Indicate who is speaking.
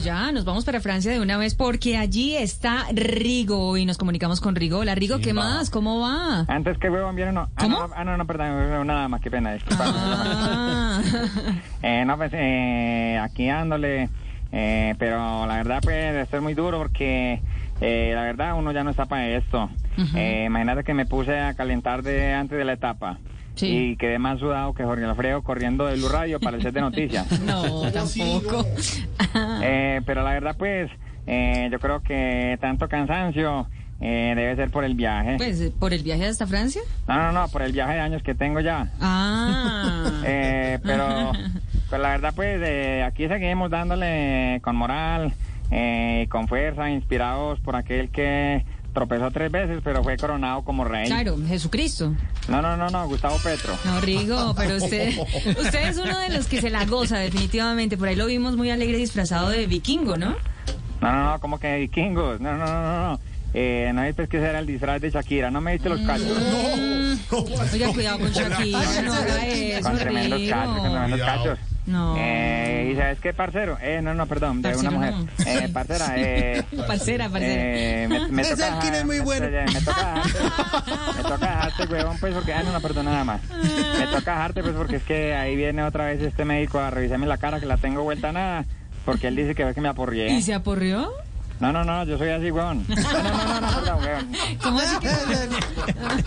Speaker 1: Ya, nos vamos para Francia de una vez porque allí está Rigo y nos comunicamos con Rigo. Hola, Rigo, ¿qué más? ¿Cómo va?
Speaker 2: Antes que huevón viene uno. Ah,
Speaker 1: ¿Cómo?
Speaker 2: no, ah, no, no, perdón, huevón, nada más, qué pena. disculpa.
Speaker 1: Ah,
Speaker 2: Eh, no, pues eh, aquí ándole, eh, pero la verdad pues debe ser muy duro porque eh, la verdad uno ya no está para esto.
Speaker 1: Ujú.
Speaker 2: Eh, imagínate que me puse a calentar de antes de la etapa.
Speaker 1: Sí.
Speaker 2: Y quedé más sudado que Jorge Alfredo corriendo del Blue Radio para el set de noticias.
Speaker 1: no, tampoco. Ah,
Speaker 2: Eh, pero la verdad pues eh, yo creo que tanto cansancio eh, debe ser por el viaje.
Speaker 1: Pues eh, por el viaje hasta Francia.
Speaker 2: No, no, no, por el viaje de años que tengo ya.
Speaker 1: Ah.
Speaker 2: Eh, pero, pero la verdad, pues eh, aquí seguimos dándole con moral, eh, con fuerza, inspirados por aquel que tropezó tres veces, pero fue coronado como rey.
Speaker 1: Claro, Jesucristo.
Speaker 2: No, no, no, no, Gustavo Petro.
Speaker 1: No, Rigo, pero usted, usted es uno de los que se la goza definitivamente. Por ahí lo vimos muy alegre disfrazado de vikingo, ¿no?
Speaker 2: No, no, no, como que vikingos. No, no, no, no. no. Eh, no viste que ese era el disfraz de Shakira, no me diste
Speaker 1: Mm.
Speaker 2: los cachos.
Speaker 1: Oiga, cuidado con Shakira, no haga eso,
Speaker 2: Con tremendos cachos, con
Speaker 1: Rigo.
Speaker 2: tremendos
Speaker 3: Cuidado.
Speaker 2: cachos.
Speaker 1: No.
Speaker 2: Eh, ¿Y sabes qué, parcero? Eh, no, no, perdón, de
Speaker 1: Parcero,
Speaker 2: una mujer.
Speaker 1: no.
Speaker 2: Eh, parcera, eh.
Speaker 1: Parcera, parcera.
Speaker 2: Eh, me, me
Speaker 4: Ese
Speaker 2: toca
Speaker 4: Alkin es muy
Speaker 2: me-
Speaker 4: bueno.
Speaker 2: Me, toca dejarte, me toca dejarte, huevón, pues porque ah, no, no, perdón, nada más. Me toca dejarte, pues porque es que ahí viene otra vez este médico a revisarme la cara que la tengo vuelta a nada, porque él dice que ve que me aporrié.
Speaker 1: ¿Y se aporrió?
Speaker 2: No, no, no, yo soy así, huevón. No, no, no, no, no, perdón, huevón.
Speaker 1: ¿Cómo así que-